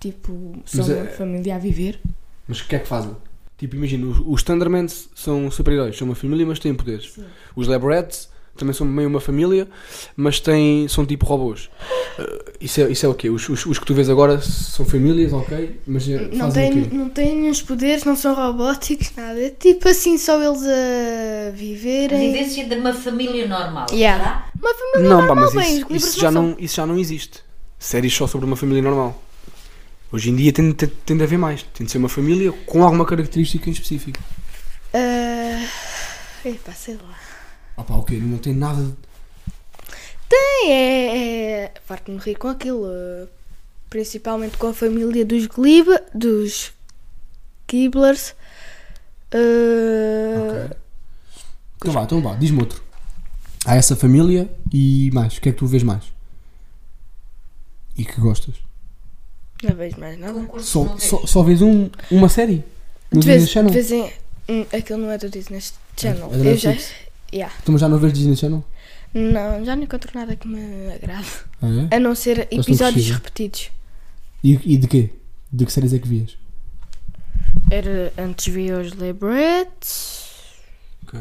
S3: Tipo, só
S5: Mas
S3: uma
S5: é-
S3: família a viver.
S5: Mas o que é que fazem? Tipo, imagina, os, os Thundermans são super-heróis, são uma família, mas têm poderes. Os Lab Rats também são meio uma família, mas têm, são tipo robôs. Ah, isso, é, isso é o quê? Os, os- os que tu vês agora são famílias, ok, mas é,
S4: Não
S5: fazem
S4: tem,
S5: o quê?
S4: não tem nenhum poderes, não são robóticos, nada. É tipo assim, só eles a viverem.
S2: Vivência de uma família normal.
S4: Yeah.
S2: tá?
S4: Uma família
S5: Não, pá,
S4: normal,
S5: mas
S4: bem, os
S5: isso,
S4: livros
S5: isso já
S4: são-
S5: não, isso já não existe. Séries só sobre uma família normal. Hoje em dia tem, tem, tem de haver mais. Tem de ser uma família com alguma característica em específico.
S4: Ah, epá, sei lá.
S1: Ah pá, ok, não tem nada de...
S4: Tem, é. é Farto-me rir com aquilo. eh, Principalmente com a família dos Glib, dos Giblers. eh,
S5: Ah,
S1: Ok. Então vá, então vá, diz-me outro. Há essa família e mais. O que é que tu vês mais? E que gostas?
S4: Não vejo mais nada.
S1: Só, só, só vês um, uma série? No
S4: De
S1: Disney
S4: vez,
S1: Channel?
S4: de vez em. Hum, aquilo não é do Disney Channel.
S1: É da
S4: Eu já.
S1: Netflix?
S4: Yeah.
S1: Então mas já não vês Disney Channel?
S4: Não, já não encontro nada que me agrade.
S1: Ah, é?
S4: A não ser
S1: não
S4: episódios
S1: precisa.
S4: repetidos.
S1: E, e de quê? De que séries é que vias?
S4: Era antes vi os Librettes.
S5: Ok.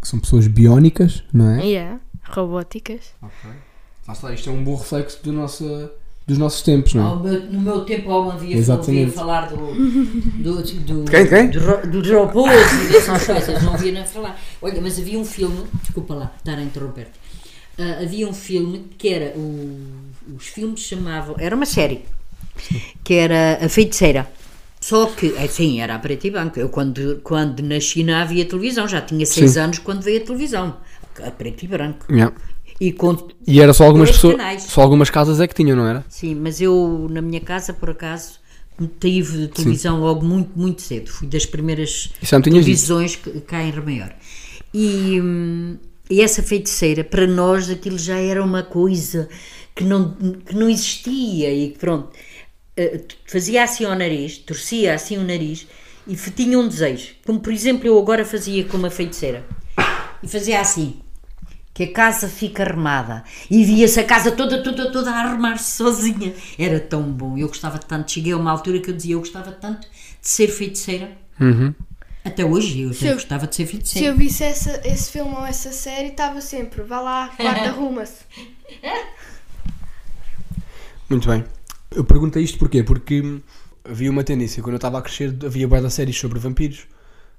S1: Que são pessoas biónicas, não é?
S4: Yeah. Robóticas.
S5: Lá está, isto é um bom reflexo do nossa- dos nossos tempos, não é?
S2: Ao meu- no meu tempo ao havia
S1: Exatamente.
S2: ouvia falar do. do, do
S5: quem? Quem?
S2: do ro- dos robôs e dessas coisas, não havia nem falar. Olha, mas havia um filme, desculpa lá, estar a interromper-te. Ah, havia um filme que era. o- os filmes chamavam. Era uma série. Que era A Feiticeira. Só que, é, sim, era a preto e branco. Eu, quando, quando nasci, não havia televisão. Já tinha seis anos quando veio a televisão. A preto e branco.
S5: Yeah.
S2: E com
S5: E era só algumas
S2: Dois
S5: pessoas.
S2: canais.
S5: Só algumas casas é que tinham, não era?
S2: Sim, mas eu na minha casa, por acaso, tive televisão logo muito, muito cedo. Fui das primeiras
S5: Isso já me tinhas dito.
S2: televisões que- cá em Remaior. E, hum, e essa feiticeira, para nós, aquilo já era uma coisa que não, que não existia e que pronto. eh, tu- Fazia assim ao nariz, torcia assim o nariz e f- tinha um desejo. Como por exemplo eu agora fazia com uma feiticeira. E fazia assim. Que a casa fica armada. E via-se a casa toda, toda, toda a armar-se sozinha. Era tão
S1: Uhum.
S2: bom. Eu gostava tanto. Cheguei a uma altura que eu dizia: Eu gostava tanto de ser feiticeira. Até hoje eu
S4: Se
S2: já
S4: eu-
S2: gostava de ser 25.
S4: Se eu visse essa- esse filme ou essa série, estava sempre, vá lá, guarda, arruma-se.
S5: Muito bem. Eu perguntei isto porquê? Porque hum, havia uma tendência, quando eu estava a crescer, havia bué de séries sobre vampiros,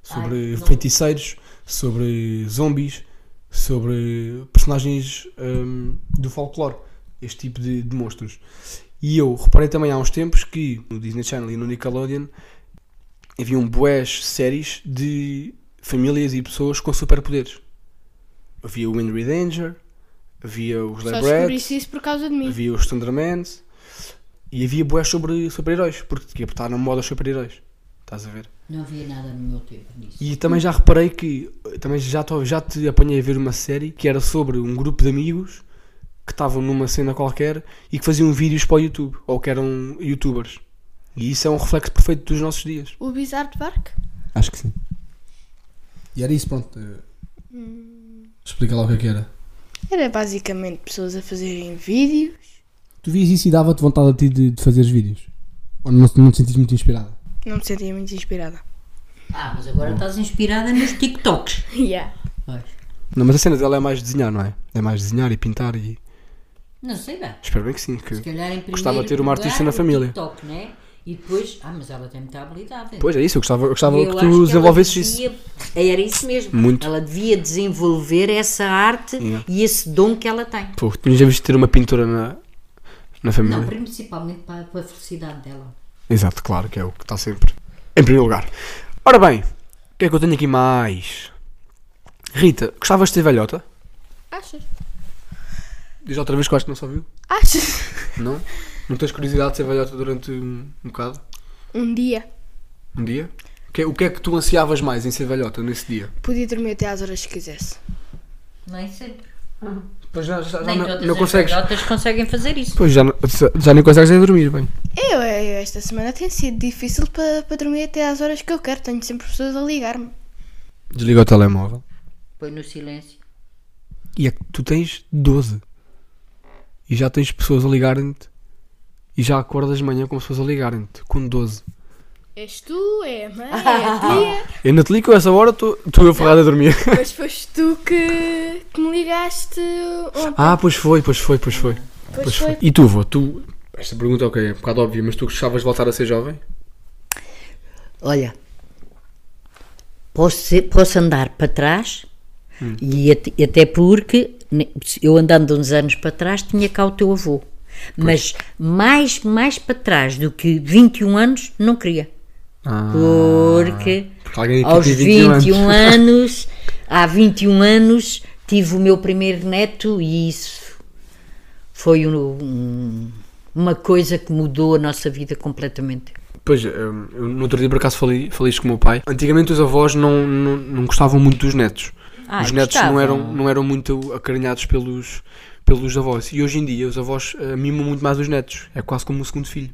S5: sobre
S2: Ai, não.
S5: feiticeiros, sobre zombies, sobre personagens hum, do folclore, este tipo de, de monstros. E eu reparei também há uns tempos que no Disney Channel e no Nickelodeon haviam boas séries de famílias e pessoas com superpoderes. Havia o Henry Danger, havia os
S3: Só
S5: Labrador,
S3: descobriste isso por causa de mim.
S5: Havia os Thundermans e havia boés sobre super-heróis, porque tipo, está na moda os super-heróis. Estás a ver?
S2: Não havia nada no meu tempo nisso.
S5: E também já reparei que também já, to- já te apanhei a ver uma série que era sobre um grupo de amigos que estavam numa cena qualquer e que faziam vídeos para o YouTube, ou que eram youtubers. E isso é um reflexo perfeito dos nossos dias.
S4: O Bizarro Bark?
S1: Acho que sim. E era isso, pronto. eh, Explica lá o que é que era.
S4: Era basicamente pessoas a fazerem vídeo.
S1: Tu vias isso e dava-te vontade a ti de, de fazeres vídeos? Ou não, não te sentias muito inspirada?
S4: Não me sentia muito inspirada.
S3: [laughs]
S2: Ah, mas agora estás inspirada nos TikToks.
S4: Yeah.
S2: Pois.
S5: Não, mas a cena dela é mais desenhar, não é? É mais desenhar e pintar e.
S2: Não sei bem.
S5: Espero bem que sim. Que...
S2: Se calhar em primeiro
S5: Gostava de ter uma artista
S2: lugar,
S5: na família.
S2: O TikTok, né? E depois, ah, mas ela tem muita habilidade.
S5: Pois é isso, eu gostava, eu gostava
S2: Eu
S5: que
S2: acho
S5: tu
S2: ela
S5: desenvolvesses isso.
S2: devia- É, Era isso mesmo.
S5: Muito.
S2: Ela devia desenvolver essa arte
S5: Yeah.
S2: e esse dom que ela tem.
S5: Pô, tinhas de ter uma pintura na, na família.
S2: Não, é? principalmente para, para a felicidade dela.
S5: Exato, claro, que é o que está sempre em primeiro lugar. Ora bem, o que é que eu tenho aqui mais? Rita, gostavas de ter velhota?
S4: Achas?
S5: Diz outra vez que eu acho que não só viu.
S4: Achas?
S5: Não? Não tens curiosidade de ser velhota durante um, um bocado?
S4: Um dia
S5: Um dia? O que, é, o que é que tu ansiavas mais em ser velhota nesse dia?
S4: podia dormir até às horas que quisesse.
S2: Nem sempre.
S5: Pois já, já,
S2: é Nem
S5: não,
S2: todas
S5: não
S2: as
S5: consegues.
S2: velhotas conseguem fazer isso.
S5: Pois já, não- já nem consegues nem dormir bem.
S4: Eu, eu, esta semana tem sido difícil para para dormir até às horas que eu quero. Tenho sempre pessoas a ligar-me.
S5: Desliga o telemóvel.
S2: Põe no silêncio.
S5: E é que tu tens 12. E já tens pessoas a ligarem-te. E já acordas de manhã com pessoas a ligarem-te. Com 12.
S3: És tu, é a mãe, é a
S4: [laughs]
S3: tia,
S5: Eu não te ligo a essa hora, tu tu eu ferrado a dormir.
S3: mas foste tu que, que me ligaste ontem.
S5: [laughs] Ah, pois foi, pois foi, pois foi.
S3: Pois
S5: Pois
S3: foi.
S5: foi. E tu, vô, tu. Esta pergunta ok, é um bocado óbvia, mas tu gostavas de voltar a ser jovem?
S2: Olha, posso, ser- posso andar para trás e at- e até porque ne- se eu andando uns anos para trás tinha cá o teu avô. Mas mais, mais para trás do que 21 anos não queria.
S5: Ah.
S2: Porque
S5: Porque alguém aqui
S2: aos
S5: tem 21 anos.
S2: 21 anos, há 21 anos, tive o meu primeiro neto e isso foi um- um- uma coisa que mudou a nossa vida completamente.
S5: Pois, hum, eu no outro dia por acaso falei, falei isto com o meu pai. Antigamente os avós não, não, não gostavam muito dos netos.
S2: Ah,
S5: os netos
S2: gostavam.
S5: não eram, não eram muito acarinhados pelos, pelos avós. E hoje em dia os avós eh, mimam muito mais os netos. É quase como um segundo filho.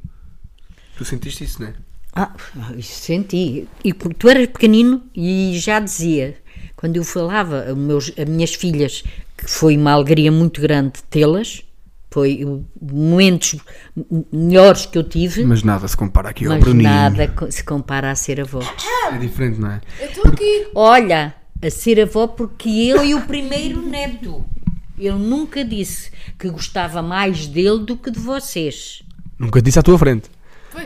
S5: Tu sentiste isso, não é?
S2: Ah, isso senti. E porque tu eras pequenino e já dizia, quando eu falava a meus, a minhas filhas, que foi uma alegria muito grande tê-las, foi o- momentos m- melhores que eu tive, mas,
S5: Mas nada se compara aqui ao Bruninho.
S2: nada co- se compara a ser avó.
S5: É diferente, não é?
S2: Olha, a ser avó porque eu e o primeiro neto. Ele nunca disse que gostava mais dele do que de vocês.
S5: Nunca disse à tua frente. [laughs]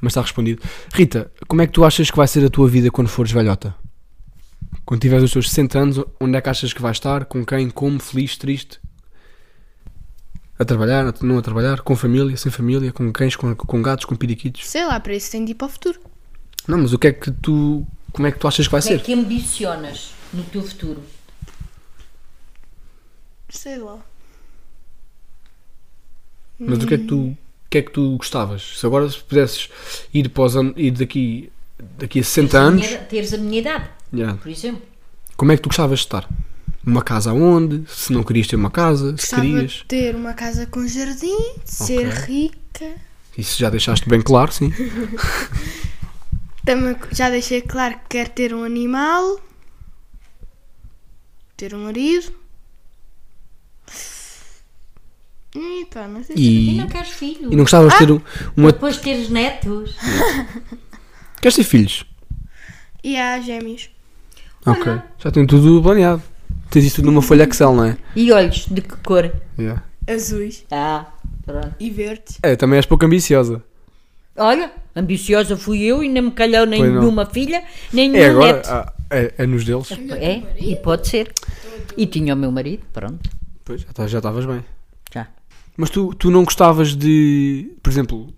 S5: Mas está respondido. Rita, como é que tu achas que vai ser a tua vida quando fores velhota? Quando tiveres os teus 60 anos, onde é que achas que vais estar? Com quem? Como? Feliz? Triste? A trabalhar? a- Não a trabalhar? Com família? Sem família? Com cães? Com, com gatos? Com periquitos?
S4: Sei lá, para isso tenho de ir para o futuro.
S5: Não, mas o que é que tu... Como é que tu achas que vai
S2: Como é
S5: ser?
S2: que ambicionas no teu futuro?
S4: Sei lá.
S5: Mas o que é que tu... O que é que tu gostavas? Se agora pudesses ir, para os an- ir daqui, daqui a 60 anos...
S2: Minha- Teres a minha idade,
S5: Yeah.
S2: por exemplo.
S5: Como é que tu gostavas de estar? Uma casa aonde? Se não querias ter uma casa? Se
S4: Gostava
S5: querias?
S4: de ter uma casa com jardim, de ser rica.
S5: Isso já deixaste bem
S2: [laughs]
S5: claro, sim.
S4: Também já deixei claro que quero ter um animal. Ter um marido. E pá, é não sei.
S2: E
S5: E,
S2: não Ah! queres filho.
S5: e não gostavas de ter um- uma...
S2: Depois teres netos.
S5: Queres ter filhos?
S4: E há gêmeos.
S5: Ok. Já tem tudo planeado. Tens isto tudo numa folha Excel, não é?
S2: E olhos, de que cor?
S4: Azuis
S2: Ah, pronto.
S4: e verdes.
S5: É, também és pouco ambiciosa.
S2: Olha, ambiciosa fui eu e nem me calhou nem
S5: Pois não.
S2: nenhuma filha, nem nenhum
S5: É agora.
S2: neto.
S5: ah, é, é nos deles.
S2: É, e pode ser. E tinha o meu marido, pronto,
S5: Pois, já tá- já estavas bem.
S2: já.
S5: Mas tu, tu não gostavas de. Por exemplo,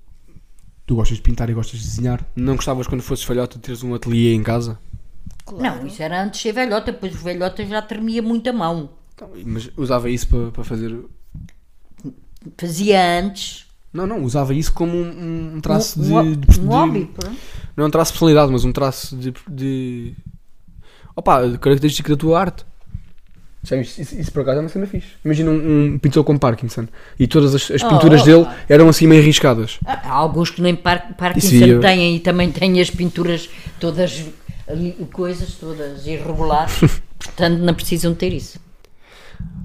S1: Tu gostas de pintar e gostas de desenhar?
S5: não gostavas quando fosses falhota de teres um ateliê em casa?
S2: Não, isso era antes de ser velhota, pois velhota já tremia muito a mão.
S5: Então, Mas usava isso para para fazer.
S2: Fazia antes.
S5: Não, não, usava isso como um, um traço
S2: um,
S5: de,
S2: um,
S5: de-
S2: um
S5: de-
S2: hobby, pronto.
S5: Não é um traço de personalidade, mas um traço de. de opa, de característica da tua arte. Já viste? Isso, isso por acaso é uma cena fixe. Imagina um, um pintor com Parkinson e todas as, as
S2: Oh,
S5: pinturas
S2: oh,
S5: dele eram assim meio arriscadas.
S2: Há alguns que nem par Parkinson
S5: Isso ia-
S2: têm e também têm as pinturas todas ali, coisas todas
S5: [laughs]
S2: irregulares, portanto não precisam ter isso.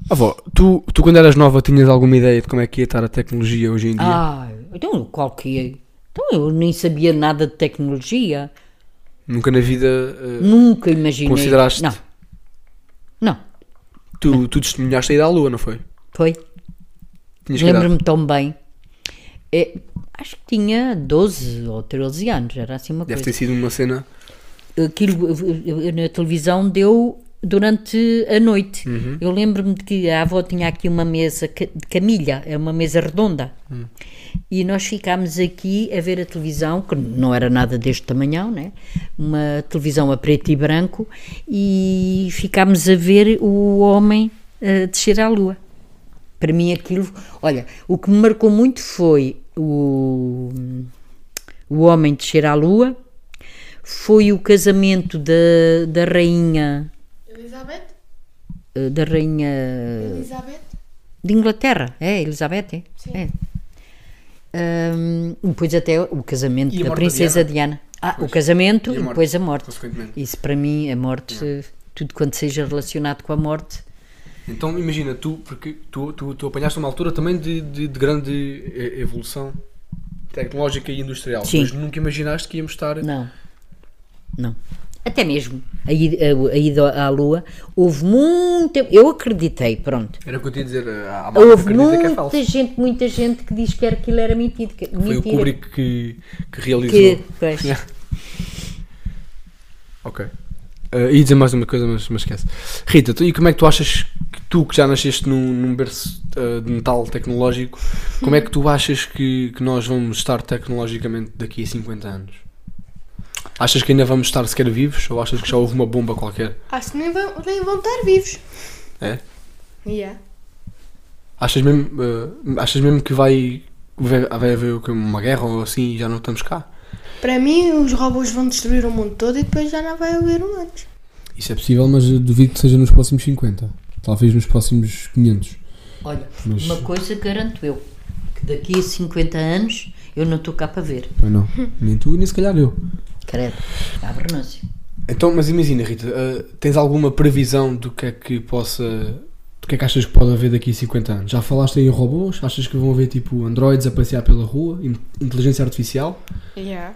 S5: Avó, tu, tu quando eras nova tinhas alguma ideia de como é que ia estar a tecnologia hoje em dia?
S2: Ai, então qual que é? Então eu nem sabia nada de tecnologia,
S5: Nunca na vida eh,
S2: nunca imaginei.
S5: Consideraste?
S2: Não. Não,
S5: tu, tu testemunhaste a ida à lua, não foi?
S2: foi.
S5: Tinhas que idade?
S2: Lembro-me tão bem. É, acho que tinha 12 ou 13 anos, era assim uma
S5: Deve
S2: coisa.
S5: ter sido uma cena.
S2: aquilo eh, eh, na televisão deu durante a noite. Eu lembro-me de que a avó tinha aqui uma mesa ca- de camilha, é uma mesa redonda. E nós ficámos aqui a ver a televisão, que não era nada deste tamanhão, né? uma televisão a preto e branco, e ficámos a ver o homem eh, descer à lua. Para mim aquilo, olha, o que me marcou muito foi o, o homem descer à lua, foi o casamento da, da rainha
S4: Elizabeth?
S2: eh, da rainha
S4: Elizabeth?
S2: de Inglaterra, é Elizabeth, é? é. Ahm, depois até o casamento
S5: E a
S2: da
S5: morte da
S2: princesa Diana. Ah, o casamento
S5: E
S2: e,
S5: a morte,
S2: depois a morte.
S5: consequentemente.
S2: Isso para mim, a morte, eh, tudo quanto seja relacionado com a morte,
S5: Então imagina, tu, porque tu, tu, tu apanhaste uma altura também de, de, de grande eh, evolução tecnológica e industrial,
S2: Sim.
S5: mas nunca imaginaste que íamos estar.
S2: Não. Não. Até mesmo a ida, a- a ida à Lua, houve muito. tempo- Eu acreditei, pronto.
S5: Era o que eu te ia dizer, a a malta
S2: Houve
S5: acredita que é falso.
S2: muita gente, muita gente que diz que era- aquilo era mentira. que-
S5: Foi o
S2: mentira.
S5: Kubrick que, que realizou.
S2: Que,
S5: [laughs]
S2: pois.
S5: Ok. Eh, ia dizer mais uma coisa, mas, mas esquece. Rita, tu- e como é que tu achas que tu, que já nasceste num, num berço eh, de metal tecnológico, como é que tu achas que, que nós vamos estar tecnologicamente daqui a 50 anos? Achas que ainda vamos estar sequer vivos ou achas que já houve uma bomba qualquer?
S4: Acho que nem vão, nem vão estar vivos.
S5: É?
S4: Yeah.
S5: Achas mesmo, eh, achas mesmo que vai, vai, vai haver o quê? uma guerra ou assim e já não estamos cá?
S4: Para mim, os robôs vão destruir o mundo todo e depois já não vai haver humanos.
S1: Isso é possível, mas eu duvido que seja nos próximos 50. Talvez nos próximos 500.
S2: Olha,
S1: Mas-
S2: uma coisa garanto eu: que daqui a 50 anos eu não estou cá para ver.
S1: Pois não. Nem tu, nem se calhar eu.
S2: Credo. Há renúncia.
S5: Então, mas imagina, Rita, eh, tens alguma previsão do que é que possa. do que é que achas que pode haver daqui a 50 anos?
S1: Já falaste aí em robôs? Achas que vão haver tipo androides a passear pela rua? in- Inteligência artificial?
S4: Yeah.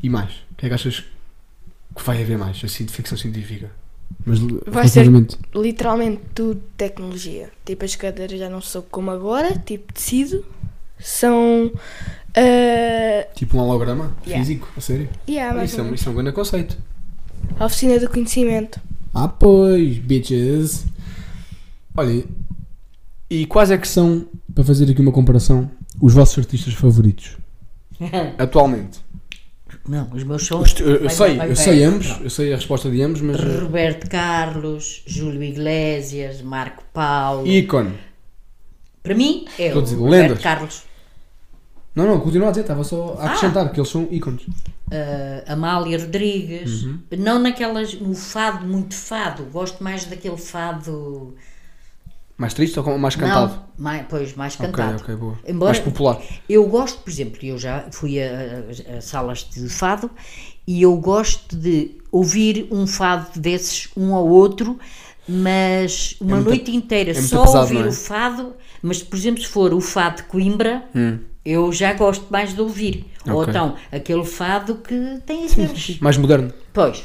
S5: E mais? O que é que achas que vai haver mais, assim, de ficção científica?
S1: Mas
S4: Vai ser-
S1: relativamente.
S4: Literalmente tudo tecnologia. Tipo, as cadeiras já não são como agora, tipo tecido. São. ah,
S5: Tipo um holograma
S4: Yeah.
S5: físico? A sério?
S4: yeah, mais
S5: Isso é,
S4: ou
S5: um-
S4: menos.
S5: isso é um grande conceito.
S4: A oficina do conhecimento.
S1: Ah, pois, bitches. Olha,
S5: E quais é que
S1: que são, para fazer aqui uma comparação, os vossos artistas
S2: [laughs]
S1: favoritos?
S5: atualmente?
S2: Não, os meus são.
S5: Os te- Eu, eu
S2: Vai,
S5: sei,
S2: vai,
S5: eu
S2: vai.
S5: sei ambos, eu sei a resposta de ambos, mas. eh,
S2: Roberto Carlos, Júlio Iglesias, Marco
S1: eh,
S2: Paulo.
S5: Ícone.
S2: Para mim é o
S5: Estou a dizer,
S2: Roberto
S5: lendas.
S2: Carlos.
S1: Não, não, continua a dizer, estava só
S2: Ah.
S1: a acrescentar que eles são ícones.
S2: Uh, Amália Rodrigues,
S5: Uhum.
S2: não naquelas, no fado, muito fado, gosto mais daquele fado.
S5: Mais triste ou com- mais cantado?
S2: Não, mais, pois, mais
S5: Ok,
S2: cantado.
S5: ok, boa.
S2: Embora-
S5: Mais popular.
S2: Eu gosto, por exemplo, eu já fui a, a- a salas de fado e eu gosto de ouvir um fado desses, um ao outro, mas uma
S5: É muito-
S2: noite inteira
S5: é muito
S2: só
S5: pesado,
S2: ouvir
S5: não é? Hum.
S2: o fado. Mas, por exemplo, se for o fado de Coimbra, Eu já gosto mais de ouvir. Ou
S5: Ok.
S2: então, aquele fado que tem exemplos.
S5: Mais moderno.
S2: Pois,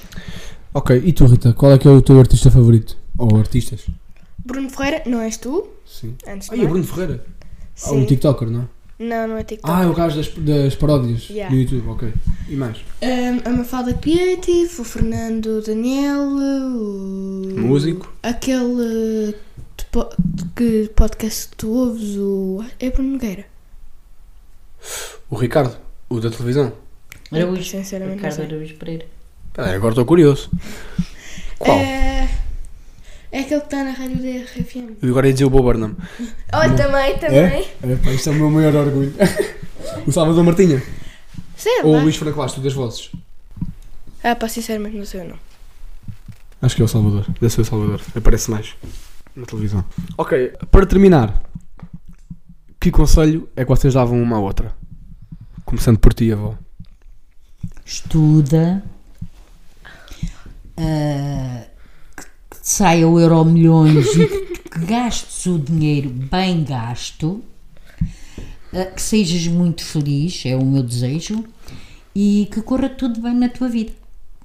S1: Ok, e tu, Rita, qual é que é o teu artista favorito? Ou artistas?
S4: Bruno Ferreira, não és tu?
S1: Sim.
S4: Antes de
S1: Ah,
S5: é
S1: e o
S4: mais.
S1: Bruno Ferreira? Ah,
S4: Sim.
S1: um TikToker, não é?
S4: Não, não é TikTok.
S1: Ah, é o gajo das, das paródias
S4: Yeah.
S1: no YouTube, ok. E mais?
S4: Ahm, Ah, a Mafalda Creative, o Fernando Daniel, o...
S5: Músico.
S4: Aquele ah, de po- que podcast que tu ouves, o... É Bruno Nogueira.
S5: O Ricardo, o da televisão.
S2: Araújo.
S4: Sinceramente não
S2: Ricardo
S4: sei.
S2: Araújo Pereira.
S5: Peraí, agora estou curioso. Qual?
S4: É... é aquele que está na rádio da RFM.
S5: Eu agora ia dizer o Bob Burnham.
S4: Oh, também,
S1: É? É, pá, isto é o meu maior orgulho. [laughs] o Salvador Martinha.
S4: Sei
S1: Ou o
S4: lá.
S1: Luís Franco Bastos, das vozes.
S4: Ah pá, sinceramente não sei o nome.
S1: Acho que é o Salvador. Deve ser o Salvador. Aparece mais na televisão. Ok, para terminar, que conselho é que vocês davam uma à outra?
S5: Começando por ti, avó.
S2: Estuda. Ah, que, que saia o euro milhões e que, que gastes o dinheiro bem gasto. Ah, que sejas muito feliz, é o meu desejo. E que corra tudo bem na tua vida.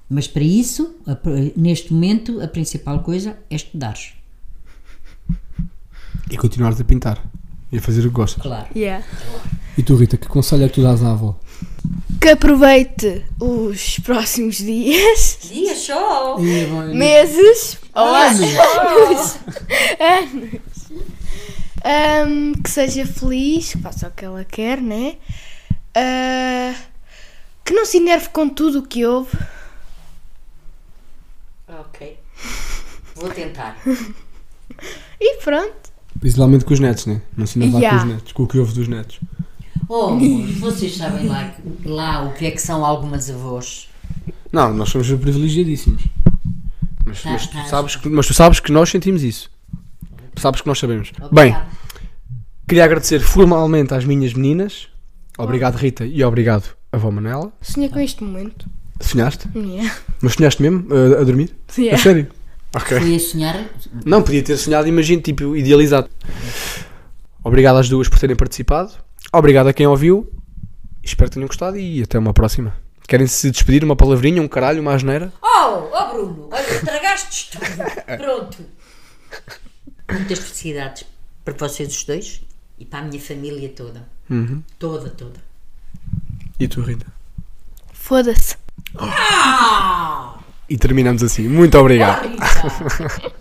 S2: Mas para isso, a pr- neste momento, a principal coisa é estudares.
S1: E continuares a pintar. E a fazer o que gostas.
S2: Claro.
S1: E tu, Rita, que conselho é que tu dás à avó?
S4: Que aproveite os próximos dias,
S2: Dias só!
S4: meses, ou anos, anos. [laughs] Ahm, que seja feliz, que faça o que ela quer, né? Ah, que não se enerve com tudo o que houve.
S2: Ok. Vou tentar.
S4: E pronto.
S1: Principalmente com os netos, né? Não se enervar
S4: Yeah.
S1: com os netos. Com o que houve dos netos.
S2: Oh, amores, vocês sabem lá, lá o que é que são algumas avós.
S5: Não, nós somos privilegiadíssimos. Mas,
S2: Tá,
S5: mas tu
S2: tá.
S5: sabes que, mas tu sabes que nós sentimos isso. Tu Sabes que nós sabemos. Bem,
S2: Obrigada.
S5: queria agradecer formalmente às minhas meninas. Obrigado, Rita, e obrigado, avó Manela.
S4: Sonhei com este momento.
S5: Sonhaste?
S4: Yeah.
S5: Mas sonhaste mesmo uh, a dormir? A
S4: Yeah. [laughs]
S5: sério? Ok.
S2: Fui a sonhar.
S5: Não, podia ter sonhado, imagino, tipo, idealizado. Obrigado às duas por terem participado. Obrigado a quem ouviu. Espero que tenham gostado e até uma próxima. Querem se despedir? Uma palavrinha, um caralho, uma asneira?
S2: Oh, oh Bruno, olha, estragaste tudo. Pronto. Muitas felicidades para vocês os dois e para a minha família toda.
S5: Uhum.
S2: Toda, toda.
S5: E tu, Rita?
S4: Foda-se.
S2: Ah!
S5: E terminamos assim. Muito obrigado.
S2: Obrigada.